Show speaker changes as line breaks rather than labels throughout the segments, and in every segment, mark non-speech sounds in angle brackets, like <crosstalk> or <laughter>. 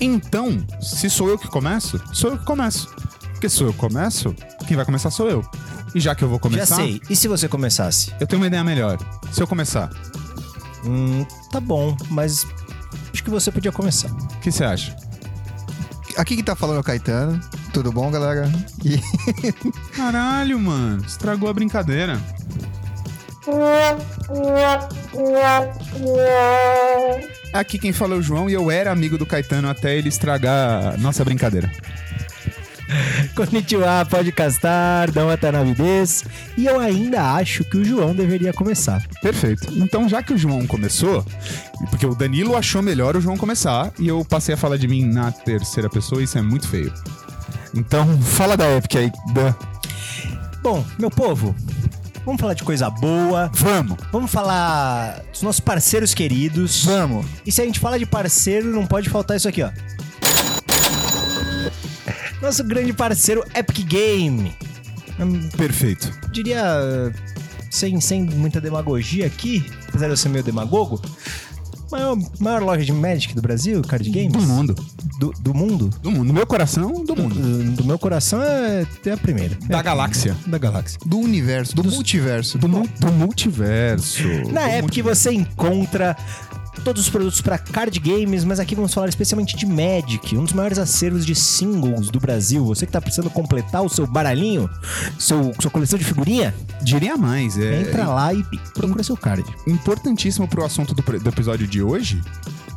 Então, se sou eu que começo, sou eu que começo. Porque se eu começo, quem vai começar sou eu. E já que eu vou
Já
começar,
sei. E se você começasse?
eu tenho uma ideia melhor. Se eu começar,
Hum, tá bom, mas acho que você podia começar.
o que você acha?
Aqui que tá falando é o Caetano. Tudo bom, galera? E
Caralho, mano, estragou a brincadeira. Aqui quem fala é o João e eu era amigo do Caetano até ele estragar a nossa brincadeira.
<laughs> Konnichiwa, pode castar, dá uma tanavidez. E eu ainda acho que o João deveria começar.
Perfeito. Então, já que o João começou, porque o Danilo achou melhor o João começar e eu passei a falar de mim na terceira pessoa, isso é muito feio. Então, fala da Epic aí, Dan.
Bom, meu povo, vamos falar de coisa boa.
Vamos.
Vamos falar dos nossos parceiros queridos.
vamos.
E se a gente fala de parceiro, não pode faltar isso aqui, ó. Nosso grande parceiro Epic Game. Hum,
Perfeito.
diria, sem, sem muita demagogia aqui, apesar de eu ser meio demagogo, maior, maior loja de Magic do Brasil, card games.
Do mundo.
Do, do mundo? Uh,
Do mundo. Meu coração, do mundo.
Do, do meu coração é, é a primeira.
Da
É a
galáxia.
primeira. Da galáxia.
Do universo, do multiverso.
Do, mu- do multiverso.
Na
do
época você encontra todos os produtos para card games, mas aqui vamos falar especialmente de Magic, um dos maiores acervos de singles do Brasil. Você que tá precisando completar o seu baralhinho, seu, sua coleção de figurinha,
Diria mais, é
entra lá e procura seu card.
importantíssimo pro assunto do, pre- do episódio de hoje.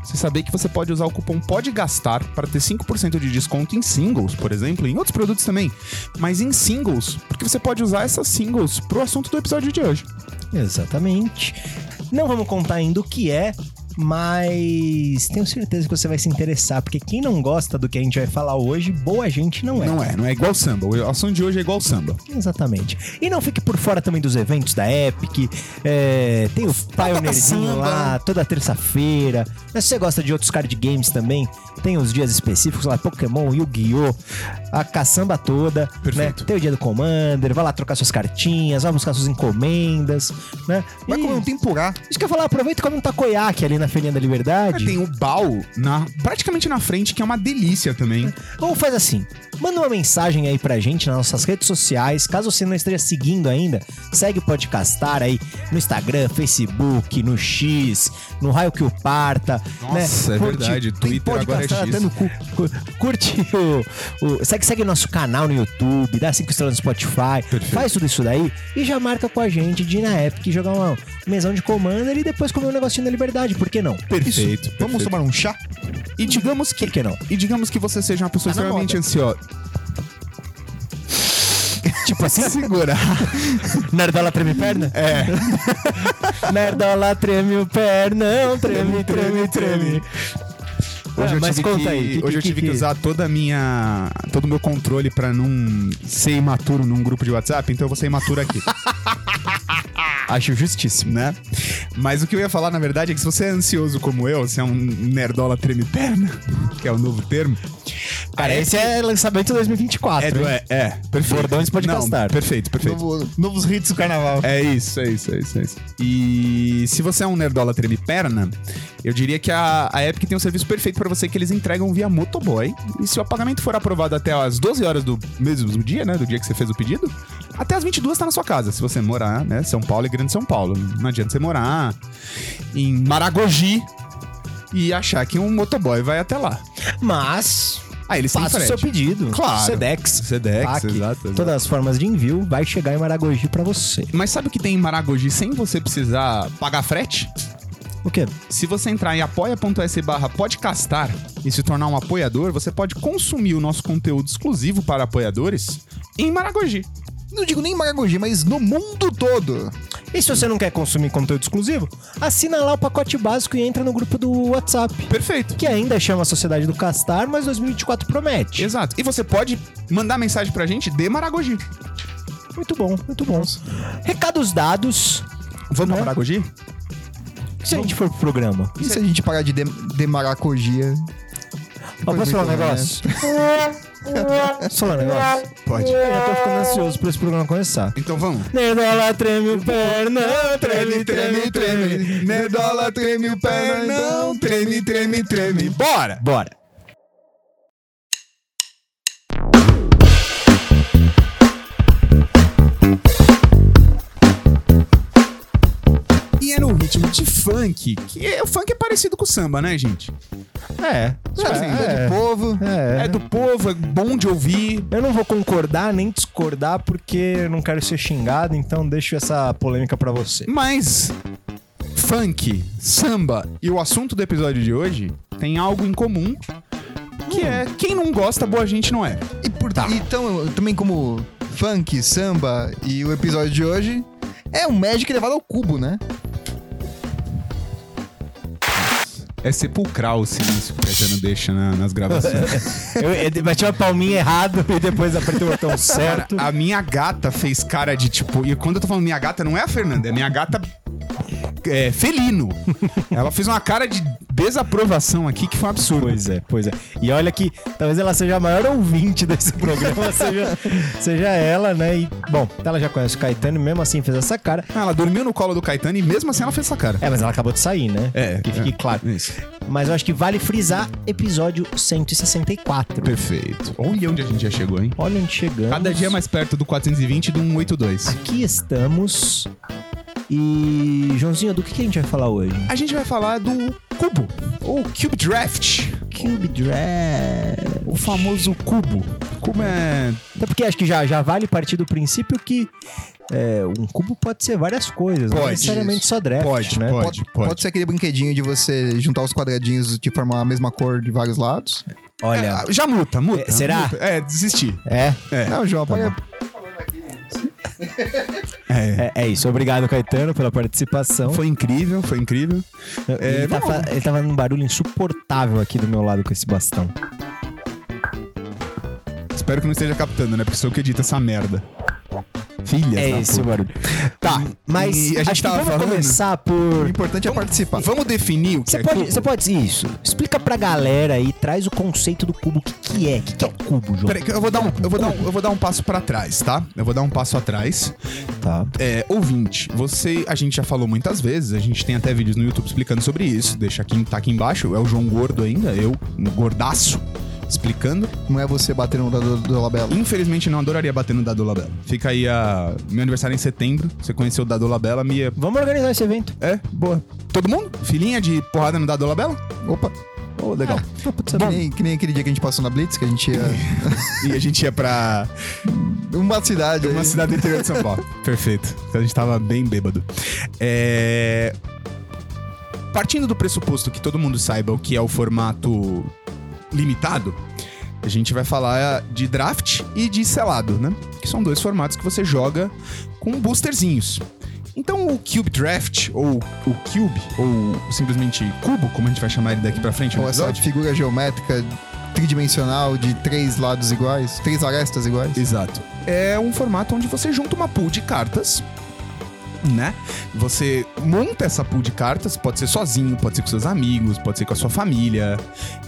Você saber que você pode usar o cupom Pode Gastar para ter 5% de desconto em singles, por exemplo, e em outros produtos também, mas em singles, porque você pode usar essas singles pro assunto do episódio de hoje.
Exatamente. Não vamos contar ainda o que é, mas tenho certeza que você vai se interessar, porque quem não gosta do que a gente vai falar hoje, boa gente não é.
Não é, não é igual samba. O assunto de hoje é igual samba.
Exatamente. E não fique por fora também dos eventos da Epic. é, tem o Pioneerzinho
samba.
lá, toda terça-feira. Mas se você gosta de outros card games também, tem os dias específicos lá, Pokémon, Yu-Gi-Oh!, a caçamba toda.
Perfeito.
né? Tem o dia do Commander, vai lá trocar suas cartinhas, vai buscar suas encomendas, né?
Vai
E-
comer um tempurá.
isso que eu ia falar, aproveita e come um takoyaki ali na Feirinha da Liberdade.
Tem o Bal na, praticamente na frente, que é uma delícia também.
Ou faz assim, manda uma mensagem aí pra gente nas nossas redes sociais. Caso você não esteja seguindo ainda, segue o Podcastar aí no Instagram, Facebook, no X, no Raio Que o Parta.
Nossa,
né?
é verdade,
tem
Twitter agora é
Podcastar
X.
até no cu- cu- Curte o, o- Segue, segue nosso canal no YouTube, dá cinco estrelas no Spotify, faz tudo isso daí e já marca com a gente de ir na Epic jogar uma mesão de Commander e depois comer um negocinho da liberdade, por que não?
Perfeito.
Isso. Vamos tomar um chá?
E digamos que.
Por que não?
E digamos que você seja uma pessoa
Tá na
extremamente
moda.
ansiosa.
Tipo assim,
Segurar.
Nerdola treme perna? É. <laughs> Nerdola treme o pernão, treme, treme, treme.
Hoje
Ah,
eu
mas
tive
conta
que,
aí, que-
hoje
que-
eu tive que,
que-
usar toda a minha, todo o meu controle pra não ser imaturo num grupo de WhatsApp, então eu vou ser imaturo
<laughs>
aqui. Acho justíssimo, né? Mas o que eu ia falar, na verdade, é que se você é ansioso como eu, você é um nerdola treme-perna, <laughs> que é o novo termo.
Cara, esse Ah, é lançamento 2024.
É, do- é, é, perfeito.
Bordões pode
Não,
gastar.
Perfeito, perfeito.
Novo- novos hits do carnaval.
É isso, é isso, é isso, é isso. E se você é um nerdola treme perna, eu diria que a, a Epic tem um serviço perfeito pra você que eles entregam via motoboy. E se o pagamento for aprovado até as 12 horas do mesmo dia, né, do dia que você fez o pedido, até as 22 tá na sua casa, se você morar, né, São Paulo e Grande São Paulo. Não adianta você morar em Maragogi e achar que um motoboy vai até lá.
é. Mas,
Aí eles
faça o seu pedido.
Claro.
Sedex. Tá
Sedex,
TAC,
exato, exato.
Todas as formas de envio vai chegar em Maragogi pra você.
Mas sabe o que tem em Maragogi sem você precisar pagar frete?
O quê?
Se você entrar em apoia.se barra podcastar e se tornar um apoiador, você pode consumir o nosso conteúdo exclusivo para apoiadores em Maragogi.
Não digo nem em Maragogi, mas no mundo todo.
E se você não quer consumir conteúdo exclusivo, assina lá o pacote básico e entra no grupo do WhatsApp.
Perfeito.
Que ainda chama Sociedade do Castar, mas 2024 promete.
Exato. E você pode mandar mensagem pra gente de Maragogi.
Muito bom, muito bom. Recados dados.
Vamos
Né?
pra Maragogi?
Se a gente for pro programa.
E se a gente parar de demaracogia?
Ó, posso falar um negócio? <laughs> posso falar um negócio?
Pode.
Eu já tô ficando ansioso pra esse programa começar.
Então vamos.
Nerdola treme o perna, treme, treme, treme.
Nerdola treme o pé, não. Treme, treme, treme. Bora!
Bora.
também era um ritmo de funk, que é, o funk é parecido com o samba, né, gente?
É.
Já
é,
tem,
é,
do povo.
É,
é.
do povo, é bom de ouvir.
Eu não vou concordar nem discordar porque eu não quero ser xingado, então deixo essa polêmica pra você.
Mas funk, samba e o assunto do episódio de hoje tem algo em comum, que é quem não gosta, boa gente não é.
E por Então, eu- também como funk, samba e o episódio de hoje é um Magic levado ao cubo, né?
É sepulcral o silêncio que o Caetano deixa na- nas
<laughs>
gravações.
Eu, eu bati uma palminha errado e depois apertei o <laughs> botão certo.
A minha gata fez cara de tipo. E quando eu tô falando minha gata, não é a Fernanda, é minha gata. É, felino. Ela fez uma cara de desaprovação aqui que foi um absurdo.
Pois é, pois é. E olha que talvez ela seja a maior ouvinte desse programa, <laughs> seja, seja ela, né? E, bom, ela já conhece o Caetano e mesmo assim fez essa cara.
Ah, Ela dormiu no colo do Caetano e mesmo assim ela fez essa cara.
É, mas ela acabou de sair, né?
É,
Que fique claro.
Isso.
Mas eu acho que vale frisar episódio 164.
Perfeito. Olha onde a gente já chegou, hein?
Olha onde chegamos.
Cada dia mais perto do 420 e um do 182.
Aqui estamos. E, Joãozinho, do que que a gente vai falar hoje?
A gente vai falar do cubo, ou cube draft,
Cube Draft.
o famoso cubo. Cubo é
Até porque acho que já, já vale partir do princípio que é, um cubo pode ser várias coisas, não
Pode,
necessariamente
isso.
só draft,
Pode,
né?
pode.
pode. ser aquele brinquedinho de você juntar os quadradinhos de formar a mesma cor de vários lados.
Olha,
Ah, Já muta, muta.
É, será?
muta. É, desisti.
é,
É.
Não, João, pode...
É.
é, é isso. Obrigado, Caetano, pela participação.
Foi incrível, foi incrível. é,
ele, tá,
vamos-
fa- ele tava num barulho insuportável aqui do meu lado com esse bastão.
Espero que não esteja captando, né? Porque sou eu que edita essa merda. Filha.
É
da
esse o
puta.
barulho.
Tá.
Mas
e a gente
acho que
tava
vamos
falando-
começar
O
por.
importante é participar.
Vamos definir o que
Você
é
pode,
cubo?
você pode. Isso. Explica pra galera aí, traz o conceito do cubo. O que, que é? O que, que é cubo, João?
Então, Peraí, que eu vou dar um, eu vou dar um, eu vou dar um passo pra trás, tá? Eu vou dar um passo atrás.
Tá.
É, ouvinte, você, a gente já falou muitas vezes, a gente tem até vídeos no YouTube explicando sobre isso. Deixa aqui, tá aqui embaixo. É o João Gordo ainda, eu, um gordaço, explicando.
Não é você bater no dado do labelo.
Infelizmente, não adoraria bater no Dado Labela. Fica aí a meu aniversário é em setembro. Você conheceu o Dado Labela, me
Vamos organizar esse evento.
É, boa. Todo mundo? Filhinha de porrada no Dado Labela?
Opa.
Ô, legal.
que, nem, que nem aquele dia que a gente passou na Blitz, que a
<laughs>
gente ia...
E a gente ia pra
Uma cidade.
uma
aí.
cidade do interior de São Paulo. <laughs> Perfeito. Então, A gente tava bem bêbado. É... Partindo do pressuposto que todo mundo saiba o que é o formato limitado, a gente vai falar de draft e de selado, né? Que são dois formatos que você joga com boosterzinhos. Então o Cube Draft, ou o Cube, ou simplesmente Cubo, como a gente vai chamar ele daqui pra frente no
Ou essa
episódio.
figura geométrica tridimensional de três lados iguais, três arestas iguais.
Exato. É um formato onde você junta uma pool de cartas, né? Você monta essa pool de cartas, pode ser sozinho, pode ser com seus amigos, pode ser com a sua família,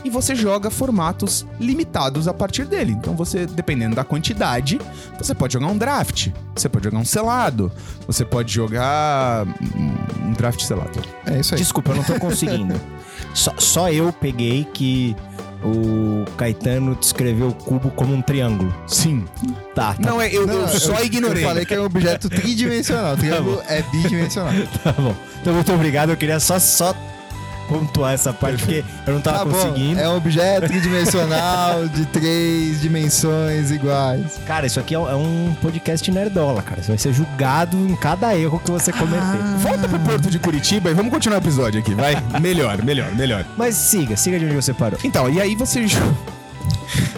e você joga formatos limitados a partir dele. Então você, dependendo da quantidade, você pode jogar um draft, você pode jogar um selado, você pode jogar um- um draft selado.
É isso aí.
Desculpa, eu não tô conseguindo.
<laughs>
só, só eu peguei que o Caetano descreveu o cubo como um triângulo.
Sim.
Tá, tá,
Não, é, eu,
Não,
eu só ignorei. Tá
Ah, Eu falei que é um
<laughs>
objeto tridimensional. Triângulo é bidimensional.
<laughs> tá bom. Então, muito obrigado. Eu queria só, só pontuar essa parte, porque eu não tava
Tá bom.
conseguindo.
É um objeto
<laughs>
tridimensional de três dimensões iguais.
Cara, isso aqui é um- é um podcast nerdola, cara. Você vai ser julgado em cada erro que você cometer.
Volta pro Porto de Curitiba e vamos continuar o episódio aqui, <laughs> vai? melhor, melhor, melhor.
Mas siga, siga de onde você parou.
Então, e aí você. jo-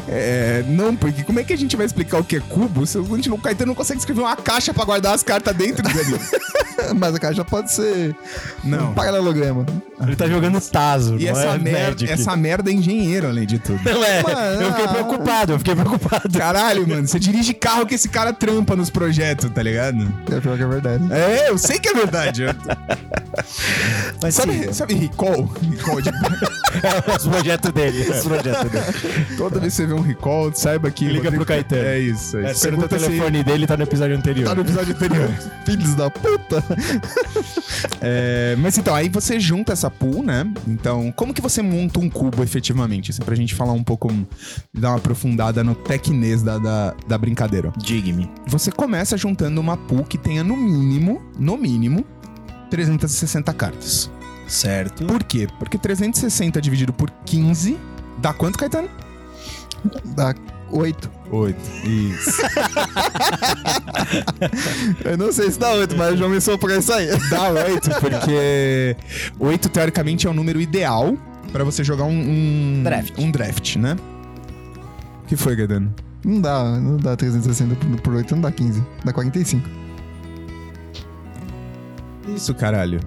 É, não, porque como é que a gente vai explicar o que é cubo se a gente não, o Caetano não consegue escrever uma caixa pra guardar as cartas dentro
<laughs>
dele?
Mas a caixa pode ser
Não.
um paralelograma.
Ele tá jogando Tazo,
E
não
essa,
é
merda,
Magic.
essa merda é engenheiro, além de tudo.
<laughs> Não é.
Mano,
eu fiquei
ah.
preocupado, eu
<laughs>
fiquei preocupado.
Caralho, mano, você dirige carro que esse cara trampa nos projetos, tá ligado?
É pior que é verdade.
É, eu sei que é verdade.
<laughs>
eu-
Mas siga.
Sabe, sabe recall? Recall de...
<laughs> É os projetos dele. Os projetos dele.
Toda vez que você vê um recall, saiba que.
Liga pro Caetano.
É isso. É
<laughs> É,
isso.
se não tem o
Pergunta se
telefone dele, tá no episódio anterior.
tá no episódio anterior.
<laughs> Filhos da puta.
<laughs> É, mas então, aí você junta essa pool, né? Então, como que você monta um cubo efetivamente? Assim, pra gente falar um pouco, dar uma aprofundada no tecnês da, da, da brincadeira.
Digue-me.
Você começa juntando uma pool que tenha no mínimo, no mínimo, 360 cartas.
Certo.
Por quê? Porque 360 dividido por 15 dá quanto, Caetano?
Dá oito.
8. Isso.
<laughs> Eu não sei se dá oito, mas o João me soprou isso aí.
dá 8, porque 8 teoricamente é o número ideal pra você jogar um, um
Draft.
um draft, né? O que foi, Caetano?
Não dá, não dá 360 por- por 8, não dá 15. Dá 45.
Isso, caralho.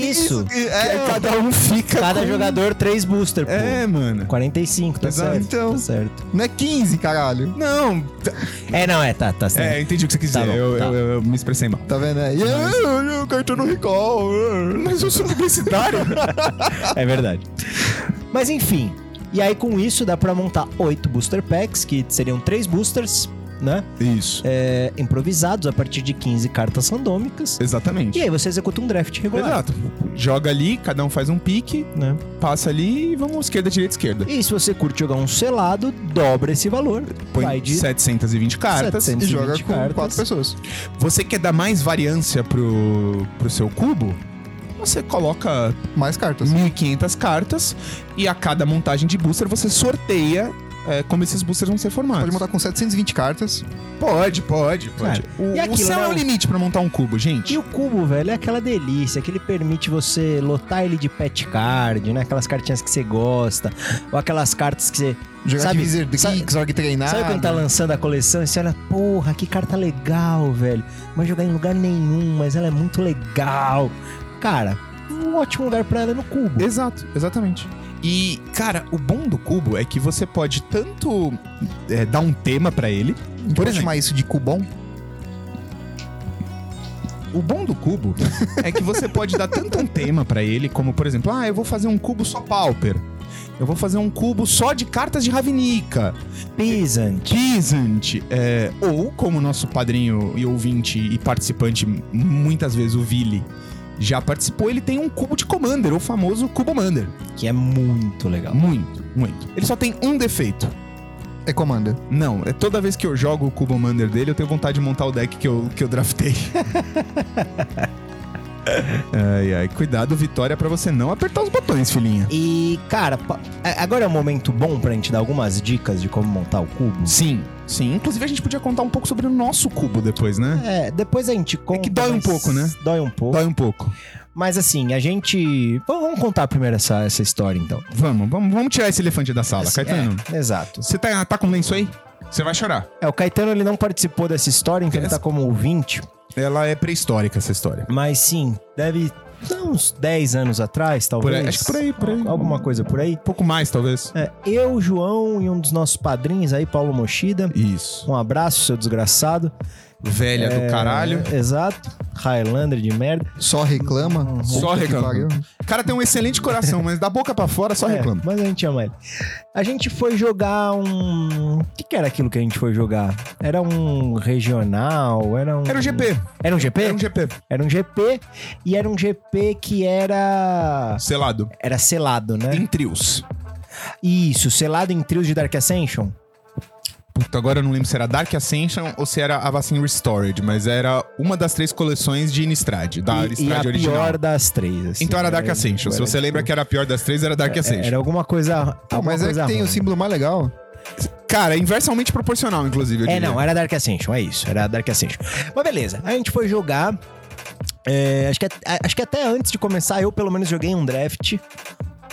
Isso.
que- É,
cada um fica.
Cada
com-
jogador, três booster, pô.
É, mano.
45, tá
Exato.
certo.
Então.
Tá certo.
não é 15, caralho.
Não,
É, não, é, tá, tá
é,
certo.
eu entendi o que você quis
Tá
dizer.
bom,
eu,
tá.
eu- eu me expressei mal.
Tá vendo aí? Eu, o cartão no recall.
Mas eu sou publicitário.
<laughs> É, verdade. Mas enfim. E aí, com isso, dá pra montar oito booster packs, que seriam três boosters, né?
Isso.
É, improvisados a partir de 15 cartas randômicas.
Exatamente.
E aí você executa um draft regular.
Exato. Joga ali, cada um faz um pique,
Né?
passa ali e vamos esquerda, direita, esquerda.
E se você curte jogar um selado, dobra esse valor.
Põe
vai de
720 cartas.
700.
E joga
120
com
é cartas.
quatro pessoas.
Você quer dar mais variância pro, pro seu cubo? Você coloca
Mais cartas.
1.500 cartas e a cada montagem de booster você sorteia é, como esses boosters vão ser formados.
Pode montar com 720 cartas.
Pode, pode, pode. O,
E
o
aquilo,
céu
né?
é o limite pra montar um cubo, gente.
E o cubo, velho, é aquela delícia, que ele permite você lotar ele de pet card, né? Aquelas cartinhas que você gosta, ou aquelas cartas que você.
Jogar
Sabe-
de Wizard
sabe-
Geeks, org treinado.
Sabe quando tá lançando a coleção e você olha, porra, que carta legal, velho. Não vai jogar em lugar nenhum, mas ela é muito legal. Cara, um ótimo lugar pra ela é no cubo.
Exato, exatamente. E, cara, o bom do cubo é que você pode tanto é, dar um tema pra ele. Por
Pode
exemplo,
chamar isso de cubom?
o bom do <laughs> cubo é que você pode dar tanto um tema pra ele, como, por exemplo, ah, eu vou fazer um cubo só pauper. Eu vou fazer um cubo só de cartas de Ravnica.
Peasant.
Peasant. é, ou, como nosso padrinho e ouvinte e participante, muitas vezes o Vili, já participou, ele tem um cubo de Commander, o famoso Cubo Commander.
Que é muito legal.
Muito, muito. Ele só tem um defeito.
É comanda.
Não, é toda vez que eu jogo o Cubo Mander dele, eu tenho vontade de montar o deck que eu, que eu draftei. ai, ai, cuidado, Vitória, pra você não apertar os botões, filhinha.
E, cara, pa- a- agora é um momento bom pra gente dar algumas dicas de como montar o cubo.
Sim, sim. Inclusive, a gente podia contar um pouco sobre o nosso cubo depois, né?
É, depois a gente conta.
que dói um
mas
pouco, né?
Dói um pouco.
Dói um pouco.
Mas assim, a gente. v- Vamos contar primeiro essa, essa história, então.
Vamos, vamos, vamos tirar esse elefante da sala, Caetano.
É, exato.
Você tá, tá com lenço aí? Você vai chorar.
É, o Caetano ele não participou dessa história, então ele tá como ouvinte.
Ela é pré-histórica, essa história.
Mas sim, deve. não, Uns 10 anos atrás, talvez.
aí, acho que por aí, por aí.
Alguma coisa por aí.
Um pouco mais, talvez.
É, eu, João e um dos nossos padrinhos aí, Paulo Mochida.
Isso.
Um abraço, seu desgraçado.
Velha do caralho.
É, exato. Highlander de merda.
Só reclama.
Só
Puta que
reclama.
pariu.
O cara tem um excelente coração, mas da boca pra fora só
É,
reclama.
mas a gente ama ele. A gente foi jogar um. O que, que era aquilo que a gente foi jogar? Era um regional? Era um.
Era o GP.
Era um GP?
Era um GP.
Era um GP. E era um GP que era.
Selado.
Era selado, né?
Em trios.
Isso, selado em trios de Dark Ascension.
Puta, agora eu não lembro se era Dark Ascension ou se era Avacyn Restored, mas era uma das três coleções de Innistrad, da
e, e a
Innistrad original.
pior das três. assim.
Então era Dark Ascension. Se
era,
você lembra que era a pior das três, era Dark
tipo,
Ascension.
Era alguma coisa.
Pô,
alguma
mas é que
coisa
tem o
ruim.
símbolo mais legal.
Cara, é inversamente proporcional, inclusive. eu
É,
diria.
não, era Dark Ascension, é isso, era Dark Ascension. Mas beleza, a gente foi jogar. é, acho, que, a- acho que até antes de começar, eu pelo menos joguei um draft.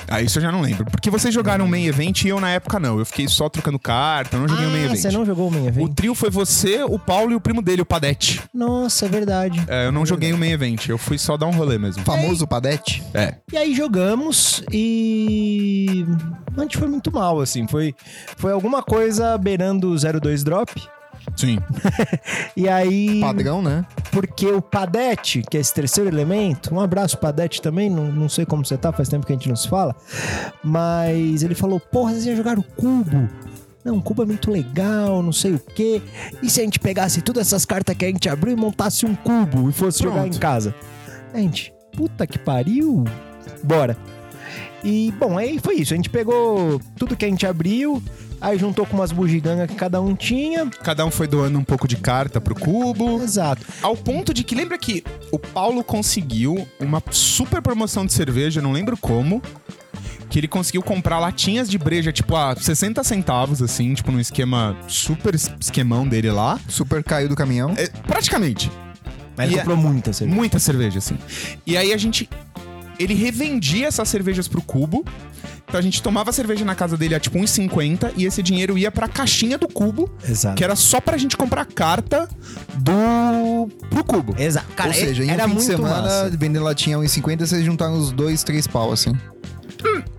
Ah, isso eu já não lembro. Porque vocês jogaram o main event e eu na época não. Eu fiquei só trocando carta, eu não joguei o main
ah,
event.
você não jogou o main
O
event?
trio foi você, o Paulo e o primo dele, o Padete.
Nossa, é verdade.
É, eu não joguei o main event, eu fui só dar um rolê mesmo.
Famoso Padete.
É.
E aí jogamos e. A gente foi muito mal, assim. Foi, foi alguma coisa beirando o 02 drop.
Sim.
E aí.
Padrão, né?
Porque o Padete, que é esse terceiro elemento, um abraço, Padete, também, não, não sei como você tá, faz tempo que a gente não se fala, mas ele falou, porra, vocês iam jogar o cubo. Não, o cubo é muito legal, não sei o quê. E se a gente pegasse todas essas cartas que a gente abriu e montasse um cubo e fosse jogar
Pronto.
em casa? A gente, puta que pariu, bora. E, bom, aí foi isso. A gente pegou tudo que a gente abriu, aí juntou com umas bugigangas que cada um tinha.
Cada um foi doando um pouco de carta pro cubo.
Exato.
Ao ponto de que, lembra que o Paulo conseguiu uma super promoção de cerveja, não lembro como. Que ele conseguiu comprar latinhas de breja, tipo, a 60 centavos, assim, tipo, num esquema super es- esquemão dele lá.
Super caiu do caminhão.
É, praticamente.
Mas ele
E a-
comprou muita cerveja.
Muita cerveja, assim. E aí a gente. Ele revendia essas cervejas pro cubo. Então a gente tomava cerveja na casa dele a tipo 1,50 e esse dinheiro ia pra caixinha do cubo,
Exato.
que era só pra gente comprar carta do. pro cubo.
Exato. Cara,
Ou seja, em um
é, era
fim de
muito
semana,
massa.
vendendo latinha 1,50, vocês juntaram uns dois, três pau, assim.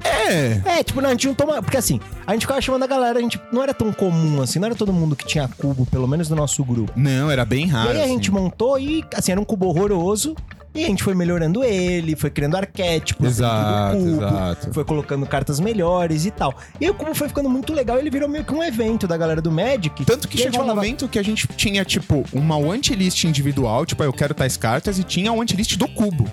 É.
É, tipo, não, a gente não toma. Porque assim, a gente ficava chamando a galera, a gente não era tão comum assim, não era todo mundo que tinha cubo, pelo menos no nosso grupo.
Não, era bem
E
raro.
aí a
assim.
gente montou e, assim, era um cubo horroroso. E a gente foi melhorando ele, foi criando arquétipos
Exato,
dentro do cubo,
exato.
foi colocando cartas melhores e tal. E aí o cubo foi ficando muito legal, ele virou meio que um evento da galera do Magic.
Tanto que
E a gente
chegou um
falava,
momento que a gente tinha, tipo, uma wantlist individual, tipo, ah, eu quero tais cartas, e tinha a wantlist do cubo.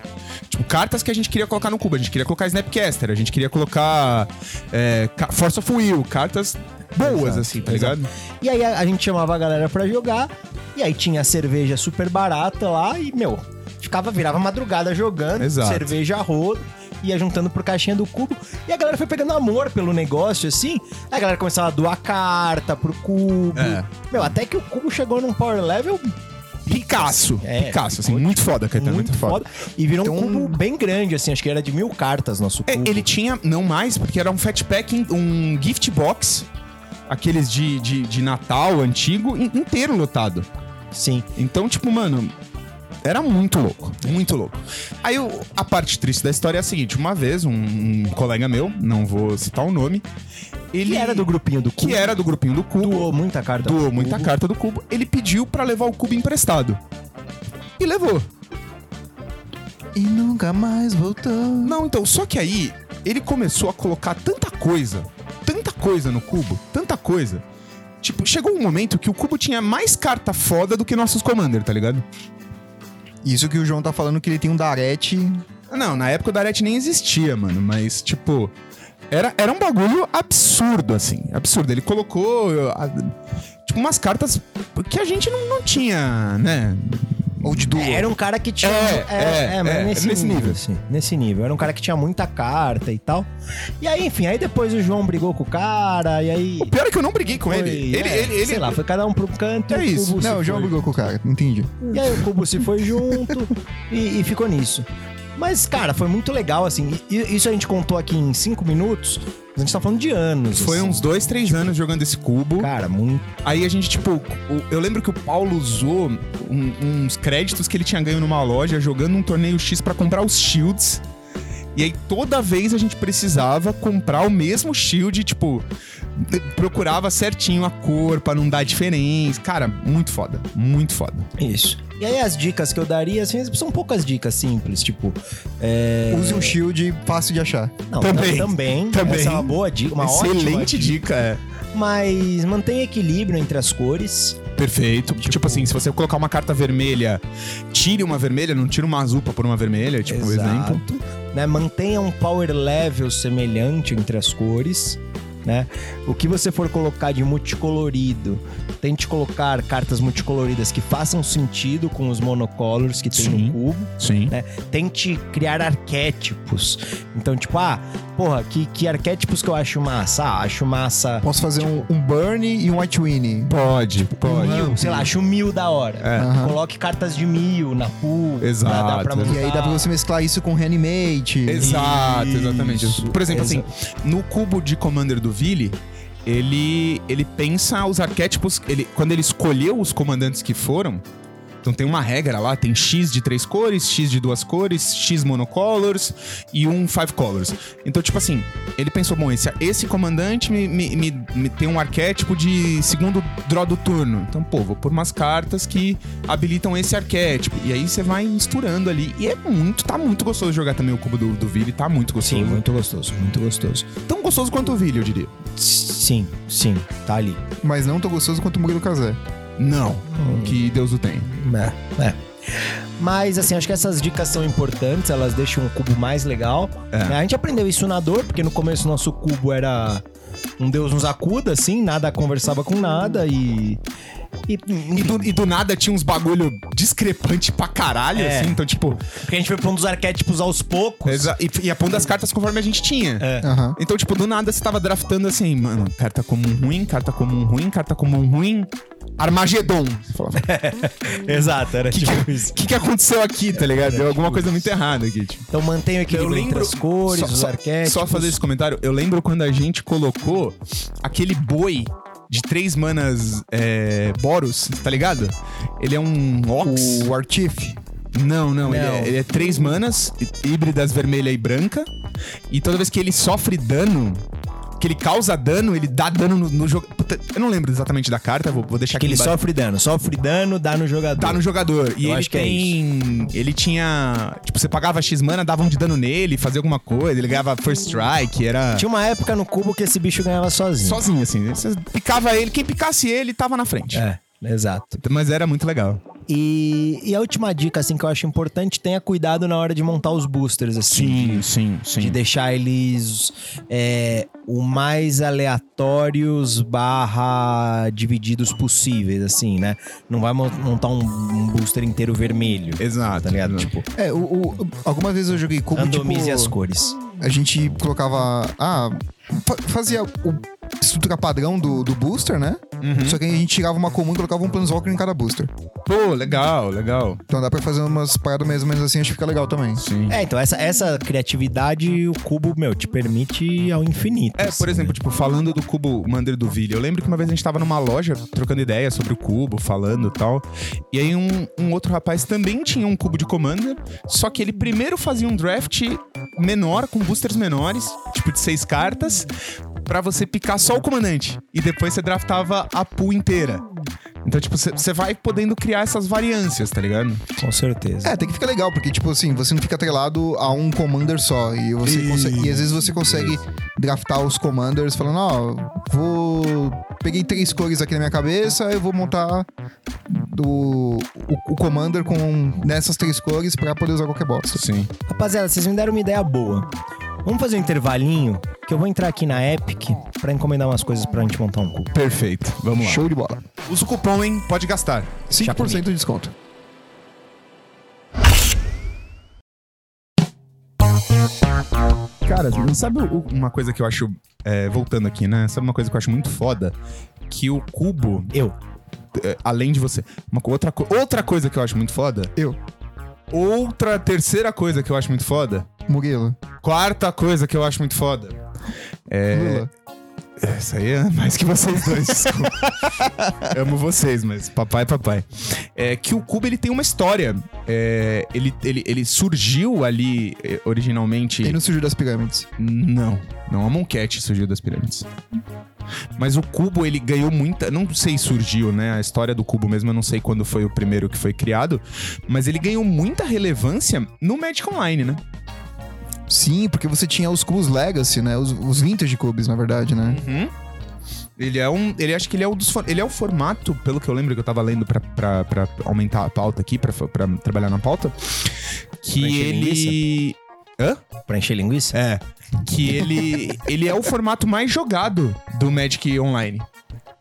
Tipo, cartas que a gente queria colocar no cubo. A gente queria colocar Snapcaster, a gente queria colocar é, ca- Force of Will, cartas boas,
Exato,
assim, tá
exato.
ligado?
E aí a, a gente chamava a galera pra jogar, e aí tinha a cerveja super barata lá, e, meu, ficava, virava madrugada jogando,
Exato.
cerveja a rodo, ia juntando por caixinha do cubo, e a galera foi pegando amor pelo negócio, assim, aí a galera começava a doar carta pro cubo.
É.
Meu, até que o cubo chegou num power level
Picasso,
É,
Picasso, assim, muito foda, Caetano,
muito,
muito, foda.
foda. E virou um
Então-
cubo bem grande, assim, acho que era de mil cartas nosso
É,
cubo.
ele tinha, não mais, porque era um fat pack, um gift box, aqueles de, de, de Natal antigo, in- inteiro lotado.
Sim.
Então, tipo, mano, era muito louco, muito louco. Aí o- a parte triste da história é a seguinte: uma vez, um, um colega meu, não vou citar o nome, ele.
Ele era do grupinho do cubo.
Que era do grupinho do Cubo, doou,
Doou muita carta. pro
muita
cubo.
carta do Cubo, ele pediu pra levar o Cubo emprestado. E levou.
E nunca mais voltou.
Não, então, só que aí ele começou a colocar tanta coisa, tanta coisa no cubo, tanta coisa. Tipo, chegou um momento que o cubo tinha mais carta foda do que nossos commander, tá ligado?
Isso que o João tá falando que ele tem um darete.
Não, na época o Darete nem existia, mano, mas tipo. Era, era um bagulho absurdo, assim. Absurdo. Ele colocou. eu, a- tipo, umas cartas que a gente não, não tinha, né?
Ou de duo.
Era um cara que tinha.
É, é,
mas
é,
nesse,
nesse
nível.
nível.
assim, nesse nível. Era um cara que tinha muita carta e tal. E aí, enfim, aí depois o João brigou com o cara, e aí.
O pior é que eu não briguei <laughs> com ele.
foi,
Ele,
é,
ele, ele.
Sei lá, foi cada um pro canto.
É
e o
isso.
Cubo se
Não, o João
foi.
brigou com o cara, entendi.
E aí o cubo se foi junto e, e ficou nisso. Mas, cara, foi muito legal, assim. e- e Isso a gente contou aqui em cinco minutos. mas A gente tá falando de anos.
Foi um
assim.
uns dois, três anos jogando esse cubo.
Cara, muito.
Aí a gente, tipo, o- eu lembro que o Paulo usou um- uns créditos que ele tinha ganho numa loja jogando um torneio X pra comprar os shields. E aí toda vez a gente precisava comprar o mesmo shield, tipo, d- procurava certinho a cor pra não dar diferença. Cara, muito foda, muito foda.
Isso. E aí as dicas que eu daria, assim, são poucas dicas simples, tipo. É...
Use um shield fácil de achar.
Não,
Também. <laughs>
também.
Também.
Essa é uma boa dica, uma ótima
Excelente
dica.
dica, é.
Mas mantenha equilíbrio entre as cores.
Perfeito. Tipo, assim, se você colocar uma carta vermelha, tire uma vermelha, não tire uma azul pra pôr uma vermelha, tipo, por exemplo.
Né? Mantenha um power level semelhante entre as cores. Né? O que você for colocar de multicolorido, tente colocar cartas multicoloridas que façam sentido com os monocolors que tem
Sim.
no cubo.
Sim.
Tente criar arquétipos. Então, tipo, ah, porra, que, que arquétipos que eu acho massa? Ah, acho massa.
Posso fazer um, um burn e um white winnie.
Pode,
Tipo,
pode.
Mil, sei lá, acho mil da hora.
Aham.
Coloque cartas de mil na pool.
É. Exato.
Dá, dá pra
E
E aí dá pra
montar.
você mesclar isso com reanimate.
Exato, exatamente.
Isso,
Por exemplo,
exa-
assim, no cubo de Commander do Vili, ele, ele pensa os arquétipos. Ele, quando ele escolheu os comandantes que foram, então tem uma regra lá, tem X de três cores, X de duas cores, X monocolors e um five colors. Então, tipo assim, ele pensou, bom, esse, esse comandante me, me- me- me tem um arquétipo de segundo draw do turno. Então, pô, vou pôr umas cartas que habilitam esse arquétipo. E aí você vai misturando ali. E é muito, tá muito gostoso jogar também o cubo do, do Vili, tá muito gostoso.
Sim, muito gostoso, muito gostoso.
Tão gostoso quanto o Vili, eu diria.
Sim, sim, tá ali.
Mas não tão gostoso quanto o Murilo Casé.
Não, que Deus o tenha.
É, é. Mas, assim, acho que essas dicas são importantes, elas deixam o cubo mais legal.
É.
né? A gente aprendeu isso na dor, porque no começo nosso cubo era um Deus nos acuda, assim, nada conversava com nada e. E,
E do, e do nada tinha uns bagulho discrepante pra caralho,
É.
assim. Então, tipo.
porque a gente foi pra um dos arquétipos aos poucos.
exa- E ia pondo as cartas conforme a gente tinha.
É.
Aham.
Então, tipo, do nada você tava draftando assim, mano, carta comum ruim, carta comum ruim, carta comum ruim, Armagedon. Você falava,
Exato, era
que-
tipo
o
isso.
que, que aconteceu aqui, tá ligado? Deu alguma coisa muito errada aqui, tipo.
Então mantém o equilíbrio
Eu lembro-
entre as cores,
Só-
os
só-
arquétipos.
Só fazer esse comentário, eu lembro quando a gente colocou aquele boi de três manas é, Boros, tá ligado? Ele é um Ox.
O Artif.
Não, não, Ele,
Não.
é, ele é três manas, hí- híbridas vermelha e branca. E toda vez que ele sofre dano, que ele causa dano, ele dá dano no, no jogo. Puta, Eu não lembro exatamente da carta, vou, vou deixar
Que
aqui
ele
embaixo.
sofre dano. Sofre dano, dá no jogador.
Tá no jogador. E
Eu
ele
acho que é
tem. ele tinha. Tipo, você pagava X mana, dava um de dano nele, fazia alguma coisa, ele ganhava first strike, era.
Tinha um uma época no cubo que esse bicho ganhava sozinho.
Sozinho, assim. né? Você picava ele, quem picasse ele tava na frente.
É, exato.
Mas era muito legal.
E, e a última dica, assim, que eu acho importante, tenha cuidado na hora de montar os boosters, assim.
sim,
De
sim.
deixar eles é, o mais aleatórios barra divididos possíveis, assim, né? Não vai mo- montar um, um booster inteiro vermelho,
Exato.
tá ligado?
exato.
Tipo,
É, o, o- algumas vezes eu joguei cubo,
randomize
tipo,
as cores.
a gente colocava... Ah, fa- fazia o estrutura padrão do, do booster, né?
Uhum.
Só que a gente tirava uma comum e colocava um Planeswalker em cada booster.
Pô, legal, legal.
Então dá pra fazer umas paradas mais ou menos assim, acho que fica legal também.
Sim.
É, então essa, essa criatividade, o cubo, meu, te permite ao infinito.
É,
assim,
por exemplo, tipo, falando do cubo Mander do Ville, eu lembro que uma vez a gente tava numa loja trocando ideia sobre o cubo, falando e tal. E aí um, um outro rapaz também tinha um cubo de Commander, só que ele primeiro fazia um draft menor, com boosters menores, tipo de seis cartas, pra você picar só o comandante. E depois você draftava a pool inteira. Então, tipo, você vai podendo criar essas variâncias, tá ligado?
Com certeza.
É, tem que ficar legal, porque, tipo assim, você não fica atrelado a um commander só. E, você
Isso.
consegue- e às vezes você consegue draftar os commanders falando, ó, vou. Peguei três cores aqui na minha cabeça, eu vou montar do, o, o commander com nessas três cores pra poder usar qualquer bosta.
Sim.
Rapaziada, vocês me deram uma ideia boa. Vamos fazer um intervalinho, que eu vou entrar aqui na Epic pra encomendar umas coisas pra gente montar um cubo.
Perfeito. Vamos lá.
Show de bola.
Usa o cupom, hein? Pode gastar.
5% de desconto.
Cara, sabe o- uma coisa que eu acho. é, voltando aqui, né? Sabe uma coisa que eu acho muito foda? Que o cubo,
Eu.
é, além de você. Uma, co- outra, co- outra coisa que eu acho muito foda.
Eu.
Outra terceira coisa que eu acho muito foda.
Murilo.
Quarta coisa que eu acho muito foda. É,
Lula.
Essa aí é mais que vocês dois, desculpa. Amo vocês, mas papai, papai. É que o Cubo ele tem uma história. É, ele, ele, ele surgiu ali eh, originalmente.
Ele não surgiu das pirâmides.
Não, não. é A Monquete surgiu das pirâmides. Mas o cubo, ele ganhou muita. Não sei, surgiu, né? A história do cubo mesmo, eu não sei quando foi o primeiro que foi criado. Mas ele ganhou muita relevância no Magic Online, né?
Sim, porque você tinha os cubos Legacy, né? Os, os vintage cubes, na verdade, né?
Uhum. Ele é um. Ele acho que ele é um dos. for- Ele é o formato, pelo que eu lembro que eu tava lendo pra, pra, pra aumentar a pauta aqui, pra, pra trabalhar na pauta.
Pra
Que
encher
ele. Hã?
Pra encher linguiça?
É. Que ele, ele é o formato mais jogado do Magic Online.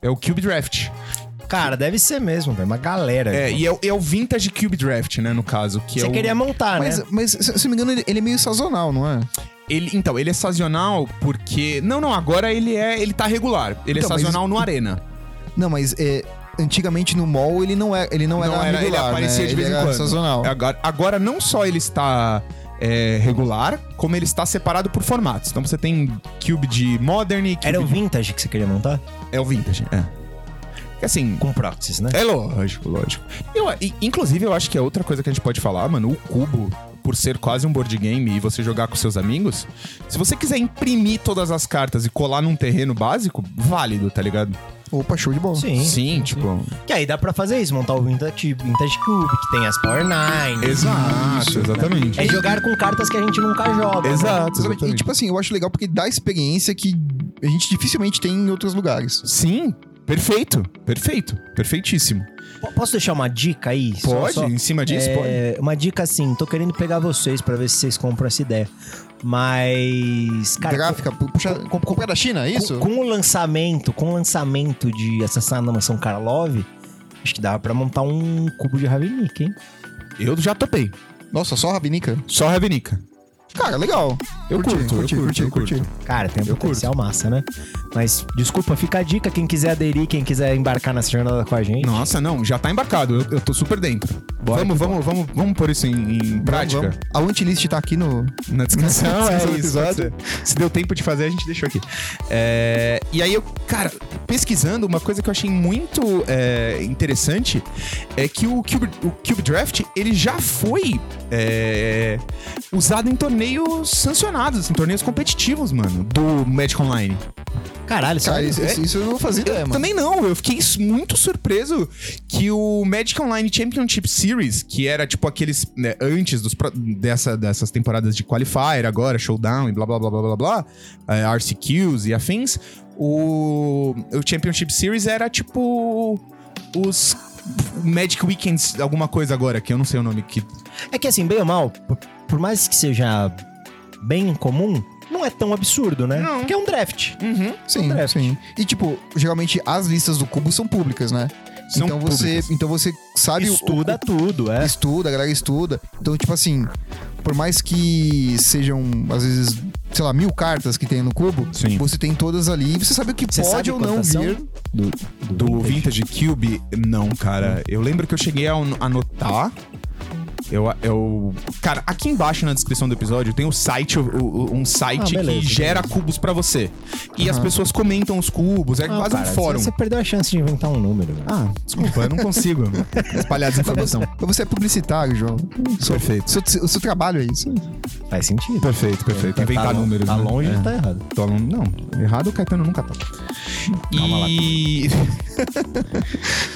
É o Cube Draft.
Cara, deve ser mesmo, velho. Uma galera.
É, e é, o- é o Vintage Cube Draft, né, no caso. Que
Você
é o-
queria montar,
Mas,
né?
mas, se se eu não me engano, ele, ele é meio sazonal, não é?
ele, então, ele é sazonal porque... Não, não, agora ele é ele tá regular. Ele
Então,
é
mas-
sazonal no Arena.
Não, mas é, antigamente no mall ele não era, ele não era,
Não, era- ele
regular,
aparecia
né?
de vez
Ele
em
era
quando.
sazonal.
É, Agora, agora não só ele está é, regular, como ele está separado por formatos. Então você tem Cube de Modern e Cube
Era o
de...
vintage que você queria montar?
É o Vintage, é. Que assim...
Com proxies, né?
É lógico, lógico. Eu, e- inclusive, eu acho que é outra coisa que a gente pode falar, mano. O cubo, por ser quase um board game e você jogar com seus amigos, se você quiser imprimir todas as cartas e colar num terreno básico, válido, tá ligado?
Opa, show de bola.
Sim.
tipo.
Que aí dá pra fazer isso, montar o vintage, vintage cube, que tem as Power Nine.
Exato, exatamente.
É jogar com cartas que a gente nunca joga. né?
Exato,
Exatamente. E
exatamente. tipo,
tipo assim, eu acho legal porque dá experiência que a gente dificilmente tem em outros lugares.
Sim, Perfeito, perfeito, perfeitíssimo.
Po- Posso deixar uma dica aí? Só-
Pode,
só-
em cima disso, pode.
É, uma dica assim, tô querendo pegar vocês pra ver se vocês compram essa ideia. Mas, cara,
Gráfica, pu- puxa, com- comprar da China, é
com-
isso?
Com, o lançamento, com o lançamento de Assassinato na Mansão Karlov, acho que dava pra montar um cubo de Ravnik, hein?
Eu já topei.
Nossa, só Ravinica.
Só Ravenica.
Cara, legal.
Eu
Curti,
curto,
curti,
eu curto, eu
curti,
curto.
Cara, tem um
Eu
potencial massa, né? Mas, desculpa, fica a dica, quem quiser aderir, quem quiser embarcar nessa jornada com a gente.
Nossa, não, já tá embarcado. Eu, eu tô super dentro.
Bora
vamos, vamos, vamos, vamos pôr isso em, em prática.
Vamos, vamos. A Wantlist tá aqui no.
Na descrição,
Na descrição
é
do
isso.
episódio.
pode ser. Se deu tempo de fazer, a gente deixou aqui. É, e aí eu, cara, pesquisando, uma coisa que eu achei muito é, interessante é que o Cube, o Cube Draft, ele já foi é, usado em torneios sancionados, em torneios competitivos, mano, do Magic Online.
Caralho,
Cara,
sabe?
isso, isso- isso eu não fazia
Eu
ideia, mano.
também não, eu fiquei s- muito surpreso que o Magic Online Championship Series, que era tipo aqueles né, antes dos, pro- dessa, dessas temporadas de Qualifier, agora Showdown e blá blá blá blá blá blá, eh, RCQs e afins, o, o Championship Series era tipo os Magic Weekends, alguma coisa agora, que eu não sei o nome que.
É que assim, bem ou mal, por, por mais que seja bem comum, não é tão absurdo, né?
Não.
Porque é um draft.
Uhum. Sim,
draft.
sim. E tipo, geralmente as listas do cubo são públicas, né?
São
então você,
públicas.
então você sabe o-
Estuda tudo, é.
estuda, a galera estuda. Então, tipo assim, por mais que sejam, às vezes, sei lá, mil cartas que tem no cubo,
Sim.
você tem todas ali e você sabe o que
Você
pode
sabe
ou não
quantas são?
vir.
Do,
Do Vintage Cube, não, cara. Eu lembro que eu cheguei a an- anotar. Eu, eu. Cara, aqui embaixo na descrição do episódio tem o site, o- o- um site
Ah, beleza,
que gera cubos pra você. E as pessoas comentam os cubos, é quase um fórum.
Ah, Você perdeu a chance de inventar um número. velho.
Ah, desculpa, eu não
<laughs>
consigo espalhar desinformação.
Pra você é publicitário, João. Seu-
Perfeito.
seu- seu- o seu trabalho é isso.
Faz sentido.
Perfeito, perfeito.
Tá-
Inventar
tá lon-
números.
Tá
né?
longe,
É.
tá errado.
Tô aluno- Não, errado o Caetano nunca tá. <laughs> E.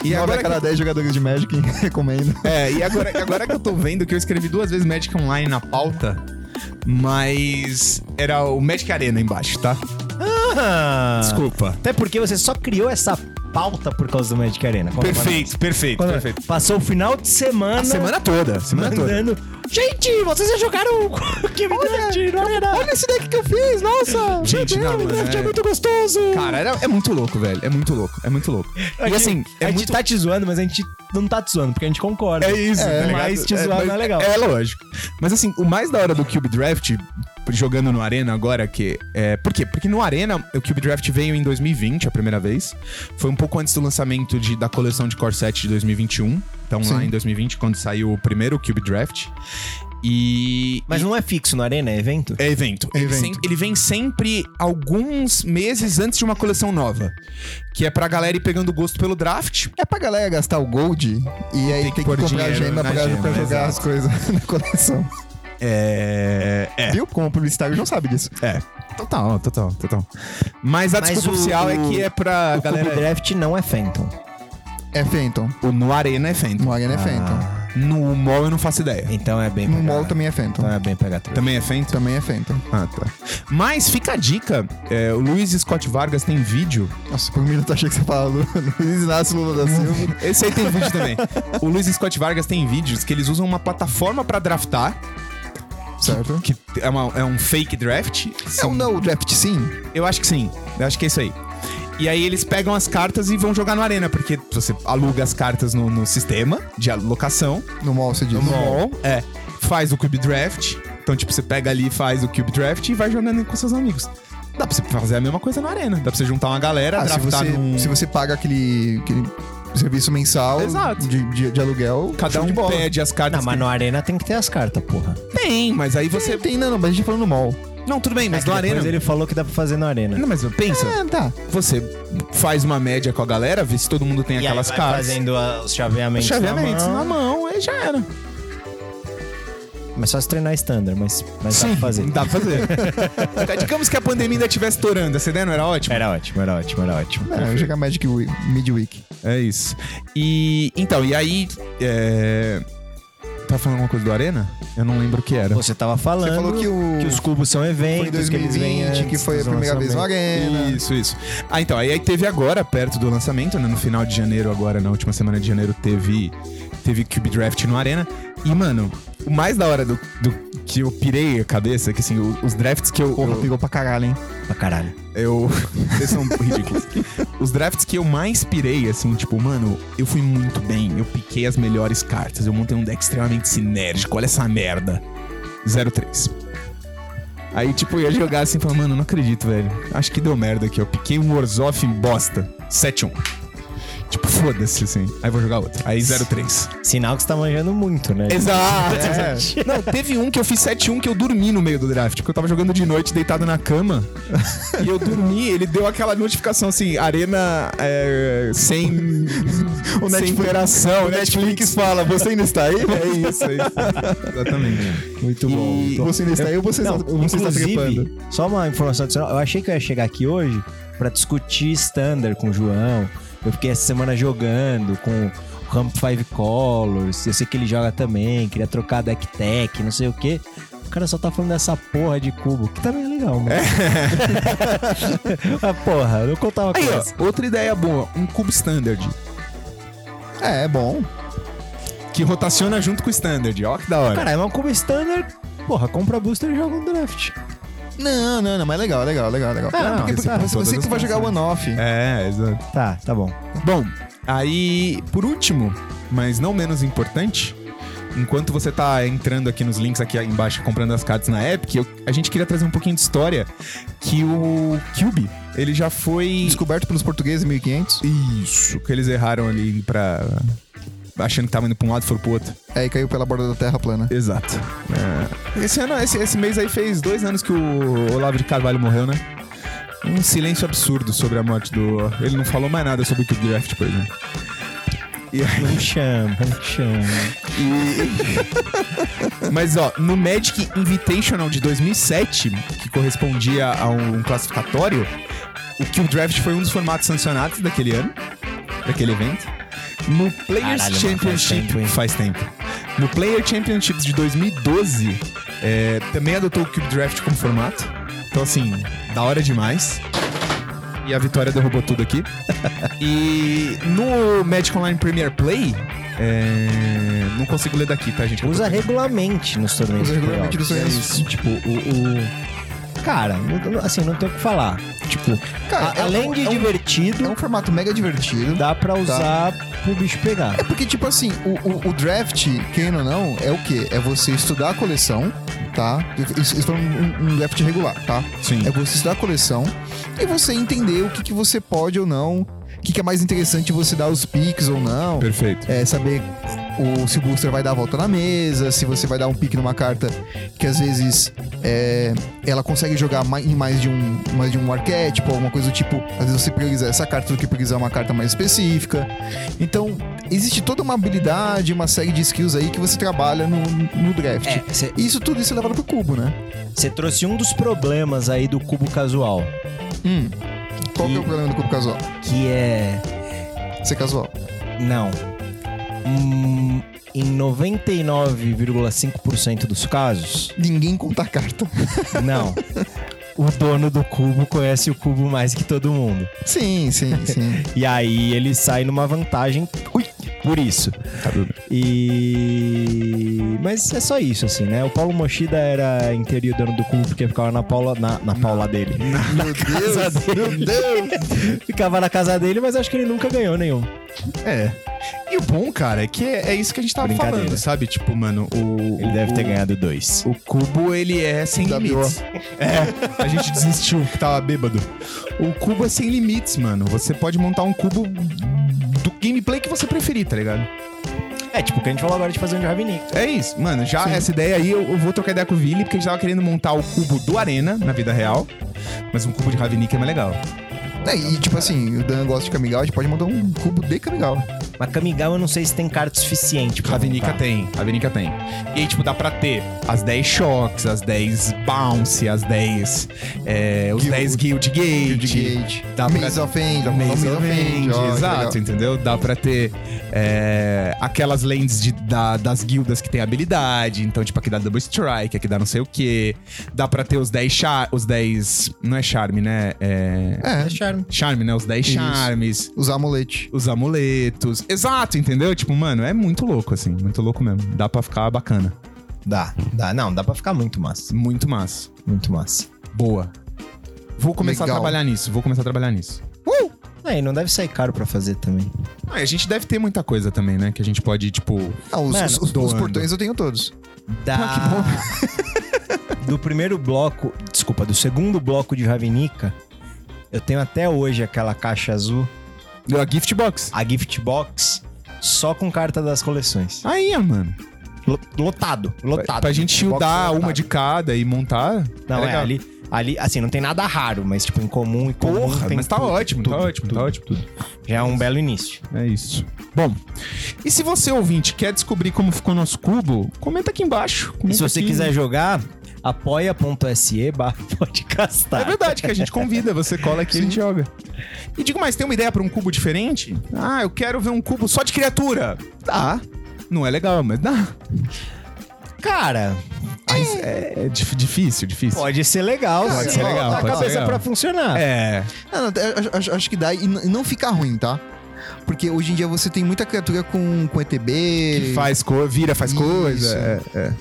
e
Nove
agora
a cada 10 jogadores de Magic recomendo.
É, e agora, e agora que eu tô vendo que eu escrevi duas vezes Magic Online na pauta, mas era o Magic Arena embaixo, tá? Ah!
Desculpa.
Desculpa.
Até porque você só criou essa pauta por causa do Magic Arena. Quando-
Perfeito, perfeito,
quando-
perfeito.
Passou o final de semana.
A semana toda, semana toda.
mandando. Gente, vocês já jogaram o <laughs> que me olha, olha esse deck que eu fiz, nossa!
Gente,
meu Deus,
não,
o
mano,
draft é
é-
muito gostoso!
Cara, era- é muito louco, velho. É muito louco, é muito louco.
A
E
gente-
assim,
a
é
gente
muito...
tá te zoando, mas a gente não tá te zoando, porque a gente concorda.
É isso,
É,
tá ligado?
mas te zoar não é legal.
É lógico. Mas assim, o mais da hora do Cube Draft, jogando no Arena agora, que. É, por quê? Porque no Arena, o Cube Draft veio em 2020, a primeira vez. Foi um pouco antes do lançamento de, da coleção de Core Set de 2021. Então lá
Sim.
em 2020, quando saiu o primeiro Cube Draft. E.
Mas não é fixo na arena, é evento?
É evento.
É
Ele,
evento.
sem- ele vem sempre alguns meses antes de uma coleção nova. Que é pra galera ir pegando gosto pelo draft,
É pra galera gastar o gold e aí
Tem que
tem que,
pôr
comprar
dinheiro
agenda
na
pra,
gema,
pra jogar
exato.
as coisas <laughs> na coleção.
É. É.
Viu? Como publicitário não sabe disso.
É. Total, total, total. Mas a
Mas
desculpa
o-
oficial é
o-
que é pra
O
galera.
Cube Draft não é Phantom.
É Fenton.
O no Arena é Phantom.
No Arena é Fenton.
No mall eu não faço ideia.
Então é bem
No
pra
Mall
galera.
também é
Tá.
Fenton.
Então é bem pegar
Também é Phantom?
Também é Fenton.
Ah, tá. Mas fica a dica: é, o Luiz Scott Vargas tem vídeo.
Nossa, por um minuto eu achei que você falava Lu- <laughs> Luiz Inácio Lula da Silva.
Esse aí tem vídeo
<laughs>
também. O Luiz Scott Vargas tem vídeos que eles usam uma plataforma pra draftar,
certo?
que é, uma- é um fake draft.
É um
São-
no draft sim?
Eu acho que sim. Eu acho que é isso aí. E aí eles pegam as cartas e vão jogar no Arena, porque você aluga as cartas no, no sistema de alocação.
No mall você diz.
No mall, é. Faz o Cube Draft. Então, tipo, você pega ali, faz o Cube Draft e vai jogando com seus amigos. Dá pra você fazer a mesma coisa na arena. Dá pra você juntar uma galera,
Ah, se,
draftar
você,
num...
se você paga aquele, aquele serviço mensal
Exato.
De, de- de aluguel,
Cada
show de
um
bola.
pede as cartas
Não, mas
que
no Arena tem que ter as cartas, porra.
tem, mas aí
Você
você...
tem, não, não, mas a gente tá falando no mall.
Não, tudo bem, mas no
Depois
arena...
ele falou que dá pra fazer na Arena.
Não, mas pensa,
Ah, tá.
você faz uma média com a galera, vê se todo mundo tem
E aí
aquelas
vai
cartas.
fazendo ah, os chaveamentos,
Chaveamentos
na
na
mão.
mão, aí já era.
Mas só se treinar standard, mas, mas dá pra fazer.
Dá pra fazer. Digamos que a pandemia ainda estivesse torando, essa ideia não era ótima?
Era ótimo, era ótimo, era ótimo.
É, eu vou jogar Magic Week- Midweek.
É isso. E então, e aí. é, Tá falando alguma coisa do Arena? Eu não lembro o que era.
Você tava falando
Você falou que o-
os cubos são eventos,
Foi em
que eles vêm
2020, que
antes
foi a
dos
primeira vez no
lançamentos.
Arena.
Isso, isso. Ah, então, aí, aí teve agora, perto do lançamento, né? No final de janeiro, agora, na última semana de janeiro, teve, teve Cube Draft no Arena. E, mano, o mais da hora do, do que eu pirei a cabeça, que assim, o- os drafts que eu.
Porra,
eu-
pegou pra caralho, hein?
Pra caralho.
Eu. <laughs> Vocês são ridículos. Os drafts que eu mais pirei, assim, tipo, mano, eu fui muito bem. Eu piquei as melhores cartas. Eu montei um deck extremamente sinérgico. Olha essa merda. 03. Aí, tipo, eu ia jogar assim e falar, mano, não acredito, velho. Acho que deu merda aqui. Eu piquei um Warzoff em bosta. 7-1. Tipo, foda-se, assim. Aí vou jogar outro. Aí 03.
Sinal que você tá manjando muito,
É,
né?
Exato. Não, teve um que eu fiz 7-1 que eu dormi no meio do draft, porque eu tava jogando de noite deitado na cama. e eu dormi, ele deu aquela notificação assim, arena é, sem, o sem
Netflix-
interação. O Netflix fala, você ainda está aí? É isso, é isso. Exatamente.
Muito bom.
E
muito bom.
você ainda está aí ou você está- ou você está trepando?
inclusive, só uma informação adicional. Eu achei que eu ia chegar aqui hoje pra discutir standard com o João. Eu fiquei essa semana jogando com o Ramp 5 Colors. Eu sei que ele joga também. Queria trocar deck tech, não sei o quê. O cara só tá falando dessa porra de cubo, que também é legal, <laughs> mano. Mas porra, eu não contava com
Aí,
essa.
ó, outra ideia boa, um cubo standard,
É, é bom.
que rotaciona junto com o standard, ó que da hora.
Caralho, mas um cubo standard, porra, compra booster e joga um draft.
Não, não, não, mas é legal, legal, legal, legal.
Ah,
Não,
não,
porque,
esse
porque
ponto todas
você que
as
vai jogar
peças.
one-off.
É, exato.
Tá, tá bom.
Bom, aí, por último, mas não menos importante, enquanto você tá entrando aqui nos links aqui embaixo, comprando as cartas na Epic, eu- a gente queria trazer um pouquinho de história que o Cube, ele já foi...
Descoberto pelos portugueses em 1500.
Isso, que eles erraram ali pra... Achando que tava indo pra um lado e foram pro outro.
Aí caiu pela borda da terra plana.
Exato. É. Esse ano, esse, esse mês aí fez dois anos que o Olavo de Carvalho morreu, né? Um silêncio absurdo sobre a morte do... Ele não falou mais nada sobre o Cube Draft, por exemplo. E aí...
Não chama, não chama.
Mas ó, no Magic Invitational de 2007, que correspondia a um classificatório, o Cube Draft foi um dos formatos sancionados daquele ano, daquele evento. No Players
Caralho, mano,
Championship.
faz tempo, hein?
faz tempo. No Player Championships de 2012, é, também adotou o Cube Draft como formato. Então, assim, da hora demais. E a vitória derrubou tudo
<laughs>
aqui. e no Magic Online Premier Play. é, não consigo ler daqui, tá, gente? Eu tô
Usa
pegando-
regulamente nos torneios.
Usa
de
regulamente
playoffs.
nos
É isso,
torneios.
Tipo, o. o- Cara, não- assim, não tem o que falar. Tipo,
Cara,
a-
é um-
além de
é um-
divertido,
É um Tá. formato mega divertido.
dá pra usar pro bicho pegar.
É porque, tipo assim, o, o- o draft, quem ou não, é o quê? É você estudar a coleção, tá? Isso, isso é um, um draft regular, tá?
Sim.
É você estudar a coleção e você entender o que, que você pode ou não, o que, que é mais interessante você dar os picks ou não.
Perfeito.
É saber o, se o booster vai dar a volta na mesa, se você vai dar um pique numa carta que às vezes é, ela consegue jogar ma- em mais de, um, mais de um arquétipo, alguma coisa do tipo. Às vezes você prioriza essa carta do que priorizar uma carta mais específica. Então, existe toda uma habilidade, uma série de skills aí que você trabalha no, no draft.
Você
Isso tudo isso é levado pro cubo, né?
trouxe um dos problemas aí do cubo casual,
Hum. Qual que é
E-
o problema do cubo casual?
que é.
Ser casual.
Não. Hum, em 99,5% dos casos,
Ninguém conta a carta.
não. o dono do cubo conhece o cubo mais que todo mundo.
Sim, sim, sim.
E aí ele sai numa vantagem ui, por isso.
é,
E. Mas é só isso, assim, né? O Paulo Mochida era interior dono do clube porque ficava na Paula, na, <laughs> na Paula dele.
Meu
casa
Deus,
dele.
meu Deus.
<laughs> Ficava na casa dele, mas acho que ele nunca ganhou nenhum.
É. E o bom, cara, é que é, é isso que a gente tava
Brincadeira.
falando, sabe? Tipo, mano, o.
Ele
o-
deve ter
o-
ganhado dois.
O cubo, ele é sem
Da
limites. É, a gente desistiu, que tava bêbado. O cubo é sem limites, mano. Você pode montar um cubo do gameplay que você preferir, tá ligado?
É, tipo, o que a gente falou agora de fazer um de Ravinic.
É isso, mano. Já essa ideia aí, eu, eu vou trocar ideia com o Vili, porque a gente tava querendo montar o cubo do Arena na vida real. Mas um cubo de Ravnik é mais legal.
É, e tipo assim, o Dan gosta de Kamigawa, a gente pode mandar um cubo de Kamigawa.
Mas Kamigawa eu não sei se tem carta suficiente pra
Ravenica
montar.
tem, Ravenica tem. E aí, tipo, dá pra ter as 10 choques, as 10 bounce, as 10. é, os
Guild-
10 guild gate.
Guild Gate,
dá pra-
Maze of End, dá pra mandar um
Maze of End,
ó, que legal.
exato, entendeu? Dá pra ter é, aquelas lands de- da- das guildas que tem habilidade. Então, tipo, aqui dá Double Strike, aqui dá não sei o quê. Dá pra ter os 10 char, os 10. Não é charme, né? É.
É,
É charme.
Charme, né? Os 10
Isso.
charmes
usar amulete.
os amuletos. Exato, entendeu? Tipo, mano, é muito louco, assim. Muito louco mesmo. Dá pra ficar bacana.
Dá, dá. Não, dá pra ficar muito massa.
Muito massa.
Muito massa.
Boa. Vou começar
Legal.
a trabalhar nisso. Vou começar a trabalhar nisso.
É, e não deve sair caro pra fazer também.
Ah, e a gente deve ter muita coisa também, né? Que a gente pode, tipo.
Ah, os,
Mano,
os- os- os
doando.
portões eu tenho todos.
Da... <laughs> do primeiro bloco, desculpa, do segundo bloco de Ravenica, eu tenho até hoje aquela caixa azul,
A gift box.
a gift box, só com carta das coleções.
Aí, mano.
Lo- Lotado, lotado.
pra gente shieldar
box lotado.
uma de cada e montar.
Não, é,
legal.
ali, ali, assim, não tem nada raro, mas tipo, em comum e comum
Porra,
tem
mas tá
tudo,
ótimo, tá
tudo,
ótimo,
tudo.
tá ótimo.
Já é um belo início.
É isso. Bom, e se você, ouvinte, quer descobrir como ficou nosso cubo, comenta aqui embaixo.
E
comenta
se você
aqui.
quiser jogar, apoia.se barra <laughs>
É
podcastar.
verdade que a gente convida, você cola aqui e a gente joga. E digo mais, tem uma ideia pra um cubo diferente? Ah, eu quero ver um cubo só de criatura.
Ah,
Dá. Não é legal, mas dá.
Cara,
Mas é, dif- difícil, difícil.
pode ser legal.
Pode
se
ser
botar
legal,
A
pode ser
cabeça
legal.
pra funcionar.
É.
Ah, não, eu- eu- eu acho que dá e n- não fica ruim, tá? Porque hoje em dia você tem muita criatura com, com ETB.
Que faz coisa, vira, faz
Isso.
coisa. É, é.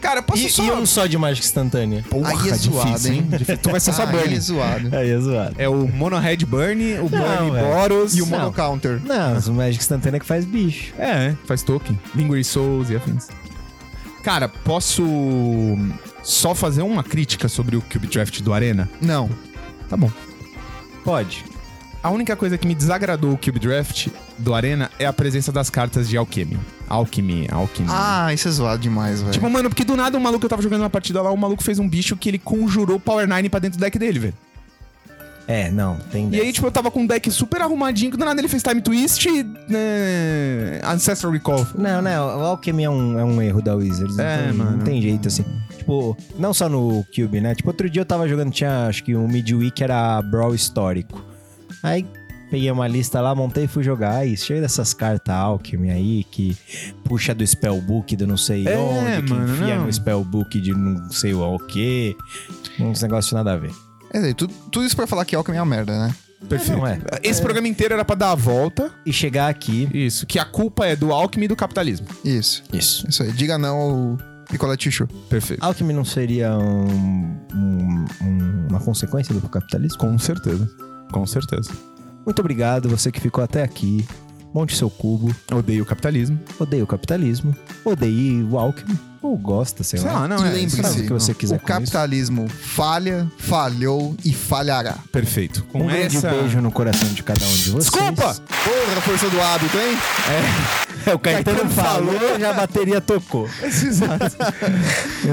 Cara, posso
E,
só...
e um só de mágica instantânea.
Porra,
Aí é zoado, hein?
Difícil. Tu vai ser só
Ah, ele é
Burn.
zoado.
Aí é zoado.
É o Monohead Burn, o Burn
velho.
Boros.
<laughs> é. E o
Não.
Mono Counter.
Não, mas o mágica instantânea que faz bicho.
É, faz token. Lingui Souls e afins. Cara, posso só fazer uma crítica sobre o Cube Draft do Arena?
Não.
Tá bom.
Pode.
A única coisa que me desagradou o Cube Draft do Arena é a presença das cartas de Alchemy. Alchemy, Alchemy.
Ah, isso é zoado demais, velho.
Tipo, mano, porque do nada um maluco, eu tava jogando uma partida lá, um maluco fez um bicho que ele conjurou Power 9 pra dentro do deck dele, velho.
É, não, tem
E aí, tipo, eu tava com um deck super arrumadinho, que do nada ele fez Time Twist e... né, Ancestral Recall.
Não, não, o Alchemy é um, é um erro da Wizards.
É,
não tem,
mano.
Não tem jeito, assim. Tipo, não só no Cube, né? Tipo, outro dia eu tava jogando, tinha acho que um midweek era Brawl histórico. Aí peguei uma lista lá, montei e fui jogar. Aí cheio dessas cartas Alchemy aí, que puxa do Spellbook do não sei
É,
onde, que
mano,
enfia
não.
no Spellbook de não sei o que. Uns negócios nada a ver.
É, daí, tudo, tudo isso pra falar que Alckmin é uma merda, né?
Perfeito.
não é.
Esse programa inteiro era pra dar a volta.
E chegar aqui.
Isso. Que a culpa é do Alchemy e do capitalismo.
Isso.
Isso.
Isso aí. Diga não ao picolé tichu.
Perfeito.
Alckmin não seria um- um- um- uma consequência do capitalismo?
Com certeza. Com certeza.
Muito obrigado, você que ficou até aqui. Monte seu cubo.
Odeio o capitalismo.
Odeia o capitalismo. Odeie o Alckmin. Ou gosta, sei,
Sei
lá. né?
lá, não
E
é.
lembre-se,
Faz o que você quiser
o
com isso.
capitalismo falha, falhou e falhará.
Perfeito. Com
Um grande
essa...
beijo no coração de cada um de vocês.
Desculpa!
Porra, força do hábito, hein?
É, o Caetano falou, já a bateria <laughs> tocou.
Exato.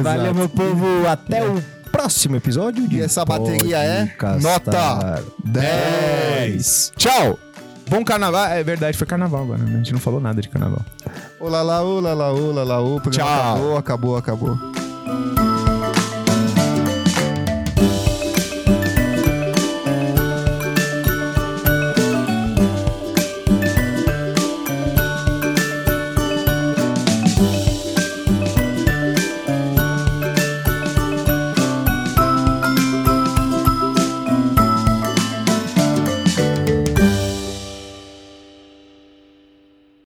Valeu, meu povo. Até o próximo episódio. de
E essa bateria é
É. Podcast.
nota
10. Tchau! Bom carnaval. É verdade, foi carnaval agora, né? A gente não falou nada de carnaval.
Olá, lá, olá, lá, olá, lá, o programa
Tchau.
acabou, acabou, acabou.